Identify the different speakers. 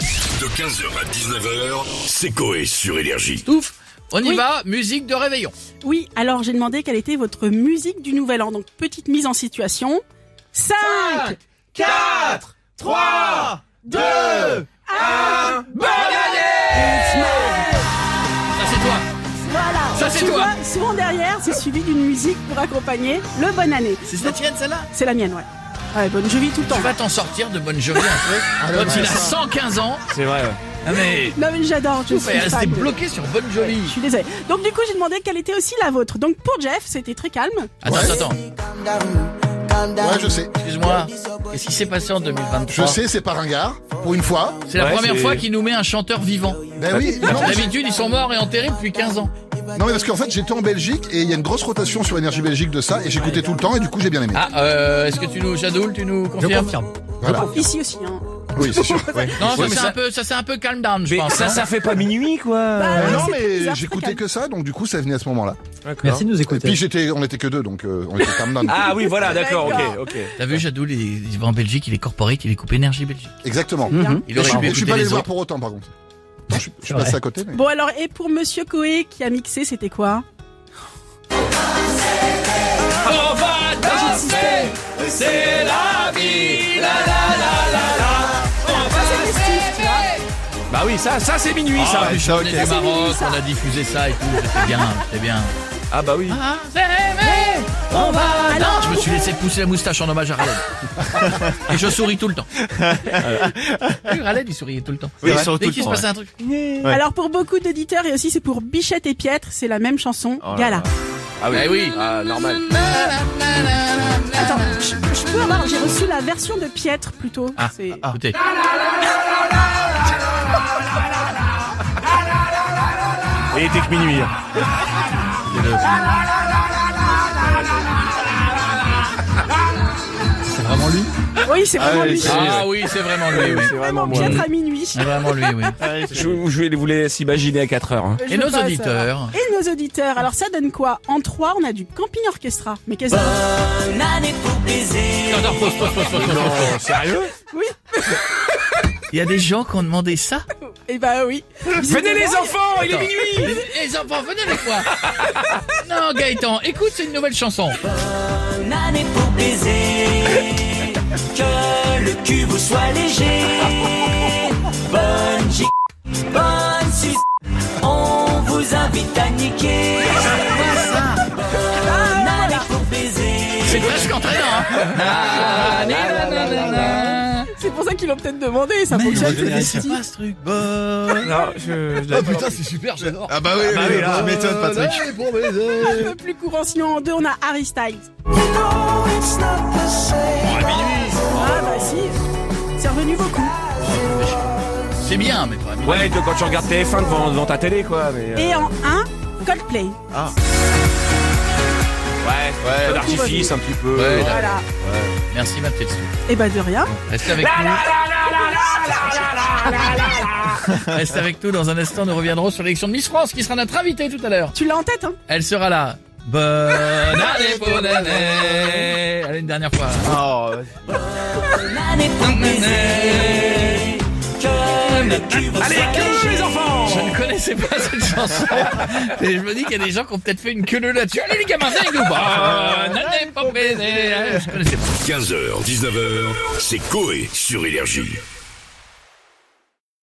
Speaker 1: De 15h à 19h, c'est Coé sur Énergie.
Speaker 2: Ouf On y
Speaker 3: Oui.
Speaker 2: va, musique de réveillon.
Speaker 3: Oui, alors j'ai demandé quelle était votre musique du Nouvel An. Donc petite mise en situation. 5
Speaker 2: 4, 3, 2, 1, bonne Ça c'est toi
Speaker 3: Voilà
Speaker 2: Ça, c'est
Speaker 3: Tu
Speaker 2: toi.
Speaker 3: vois, Souvent derrière, c'est suivi d'une musique pour accompagner le Bonne Année.
Speaker 2: C'est la tienne celle-là
Speaker 3: C'est la mienne, ouais. Ouais, bonne, je vis tout le temps.
Speaker 2: Tu vas t'en sortir de Bonne Journée un truc. Quand il a 115 ans.
Speaker 4: C'est vrai. ouais.
Speaker 2: Ah, mais.
Speaker 3: Non mais j'adore, je
Speaker 2: Il
Speaker 3: suis
Speaker 2: va rester
Speaker 3: fan.
Speaker 2: bloqué sur Bonne
Speaker 3: Je
Speaker 2: Jolie.
Speaker 3: suis désolée. Donc du coup, j'ai demandé quelle était aussi la vôtre. Donc pour Jeff, c'était très calme.
Speaker 2: Attends, attends, attends.
Speaker 5: Ouais, Ah, je sais.
Speaker 2: Excuse-moi. Qu'est-ce qui s'est passé en 2023
Speaker 5: Je sais, c'est pas ringard, pour une fois.
Speaker 2: C'est la
Speaker 4: Ouais,
Speaker 2: première
Speaker 4: c'est-
Speaker 2: fois qu'il nous met un chanteur vivant.
Speaker 5: Ben oui, non, mais-
Speaker 2: D'habitude, ils sont morts et enterrés depuis 15 ans.
Speaker 5: non, mais parce qu'en fait, j'étais en Belgique et il y a une grosse rotation sur Énergie Belgique de ça et j'écoutais tout le temps et du coup, j'ai bien aimé.
Speaker 2: Ah, euh, est-ce que tu nous, Jadoul, tu nous confirmes
Speaker 5: Voilà.
Speaker 3: Ici aussi. Hein.
Speaker 5: Oui, c'est sûr.
Speaker 2: Non, ça
Speaker 4: Ouais, mais
Speaker 2: c'est
Speaker 4: ça-
Speaker 2: un peu, ça c'est un peu calm down, je
Speaker 4: Mais
Speaker 2: pense.
Speaker 4: Ah, ça,
Speaker 2: hein.
Speaker 4: ça fait pas minuit, quoi.
Speaker 3: Bah, ouais,
Speaker 5: non,
Speaker 3: c'est
Speaker 5: mais
Speaker 3: bizarre,
Speaker 5: j'écoutais
Speaker 3: très calme.
Speaker 5: que ça, donc du coup, ça venait à ce moment-là.
Speaker 4: D'accord.
Speaker 6: Merci de nous
Speaker 5: Et puis,
Speaker 6: écouter.
Speaker 5: j'étais, on était que deux, donc euh, on était calm down.
Speaker 4: Ah oui, voilà, d'accord, ok,
Speaker 3: D'accord.
Speaker 4: ok.
Speaker 2: T'as vu, Jadoul, il, il va en Belgique, il est corporate, il est coupé énergie Belgique.
Speaker 5: Exactement.
Speaker 3: Bien.
Speaker 2: Il
Speaker 5: Mais
Speaker 2: aurait
Speaker 5: Je,
Speaker 2: pu
Speaker 5: suis- je suis
Speaker 2: écouter
Speaker 5: pas allé
Speaker 2: les
Speaker 5: le voir
Speaker 2: autres.
Speaker 5: pour autant, par contre. Non, je, suis- je suis
Speaker 6: vrai.
Speaker 5: passé à côté, mais.
Speaker 3: Bon alors, et pour Monsieur Coé qui a mixé, c'était quoi
Speaker 4: On va danser, c'est la vie, la la la la la. Bah oui, ça, ça c'est minuit,
Speaker 2: Ah,
Speaker 4: ça.
Speaker 2: du Journée
Speaker 5: ok.
Speaker 2: du Maroc,
Speaker 3: ça.
Speaker 2: on a diffusé ça et tout, c'était bien, c'était bien.
Speaker 4: Ah bah oui.
Speaker 2: on va
Speaker 3: Alors-
Speaker 2: Je me suis laissé pousser la moustache en hommage à Raled. et je souris tout le temps. Oui, Raled, il souriait tout le temps.
Speaker 4: Oui, surtout
Speaker 2: Dès
Speaker 4: le
Speaker 2: qu'il se
Speaker 4: temps,
Speaker 2: passait un truc.
Speaker 4: Ouais.
Speaker 3: Alors pour beaucoup d'auditeurs et aussi c'est pour Bichette et Piètre, c'est la même chanson.
Speaker 4: Oh là
Speaker 3: Gala.
Speaker 4: là. Ah oui.
Speaker 2: Eh oui.
Speaker 4: Ah, normal.
Speaker 3: Attends, je, je peux avoir, j'ai reçu la version de Pietre plutôt.
Speaker 2: Ah,
Speaker 3: C'est-
Speaker 2: ah, écoutez.
Speaker 4: Il était que minuit. hein.
Speaker 2: C'est vraiment lui
Speaker 3: Oui, c'est vraiment lui.
Speaker 4: c'est-
Speaker 2: Ah oui, c'est vraiment lui, oui.
Speaker 4: ah. C'est vraiment moi. Ah.
Speaker 3: Pietre à minuit.
Speaker 2: C'est vraiment lui, oui.
Speaker 4: Je, vous- je vais vous laisse imaginer à 4 heures. hein.
Speaker 3: Je
Speaker 2: Et
Speaker 3: veux
Speaker 2: nos
Speaker 3: pas
Speaker 2: auditeurs
Speaker 3: savoir. Et nos auditeurs. Alors ça donne quoi En 3, on a du camping orchestra. Mais qu'est-ce que
Speaker 2: Non, non, pause, pause, pause, pause, pause, pause.
Speaker 4: Non, sérieux
Speaker 2: Il y a des gens qui ont demandé ça
Speaker 3: Eh bah oui.
Speaker 4: Venez les
Speaker 3: Visiblement,
Speaker 4: enfants, il est
Speaker 2: Attends.
Speaker 4: minuit
Speaker 2: Les enfants, venez avec moi Non, Gaëtan, écoute, c'est une nouvelle chanson.
Speaker 7: année pour baiser. Que le cul vous soit léger. Bonne j... Bonne sus... On vous invite à niquer. Bonne année pour baiser.
Speaker 2: C'est presque entraînant. Hein.
Speaker 3: C'est pour ça qu'ils l'ont peut-être demandé. Ça fonctionne. c'est
Speaker 2: c'est
Speaker 3: difficile.
Speaker 2: pas ce truc. Bon.
Speaker 4: Non, je, je l'ai pas
Speaker 2: c'est super, j'adore.
Speaker 5: Ah bah oui,
Speaker 4: bah oui, là, tu m'étonnes, Patrick.
Speaker 3: Un peu plus courant. Sinon en 2, on a Harry Styles. Ah bah si. C'est revenu beaucoup.
Speaker 2: C'est bien, mais pas.
Speaker 4: entendu. Ouais, que quand tu regardes TF1 devant, devant ta télé, quoi. Mais, euh,
Speaker 3: Et en 1, Coldplay.
Speaker 4: ouais, un peu d'artifice un petit peu.
Speaker 2: Ouais, d'accord.
Speaker 3: Voilà.
Speaker 2: Merci, ma petite Sue.
Speaker 3: Et bah de rien.
Speaker 2: Reste avec nous. Reste avec nous. Dans un instant, nous reviendrons sur l'élection de Miss France, qui sera notre invitée tout à l'heure.
Speaker 3: Tu l'as en tête, hein
Speaker 2: Elle sera là. Bonne année, bonne année. Allez, une dernière fois.
Speaker 7: Bonne année pour baiser. Que le cul vous
Speaker 4: Allez,
Speaker 7: soit
Speaker 4: que les enfants
Speaker 2: Je ne connaissais pas cette chanson. Et je me dis qu'il y a des gens qui ont peut-être fait une queue leu là-dessus. Allez les gamins, dingue ou pas N'allez pas baiser. Je connaissais pas.
Speaker 1: 15h, 19h, c'est Coé sur Énergie.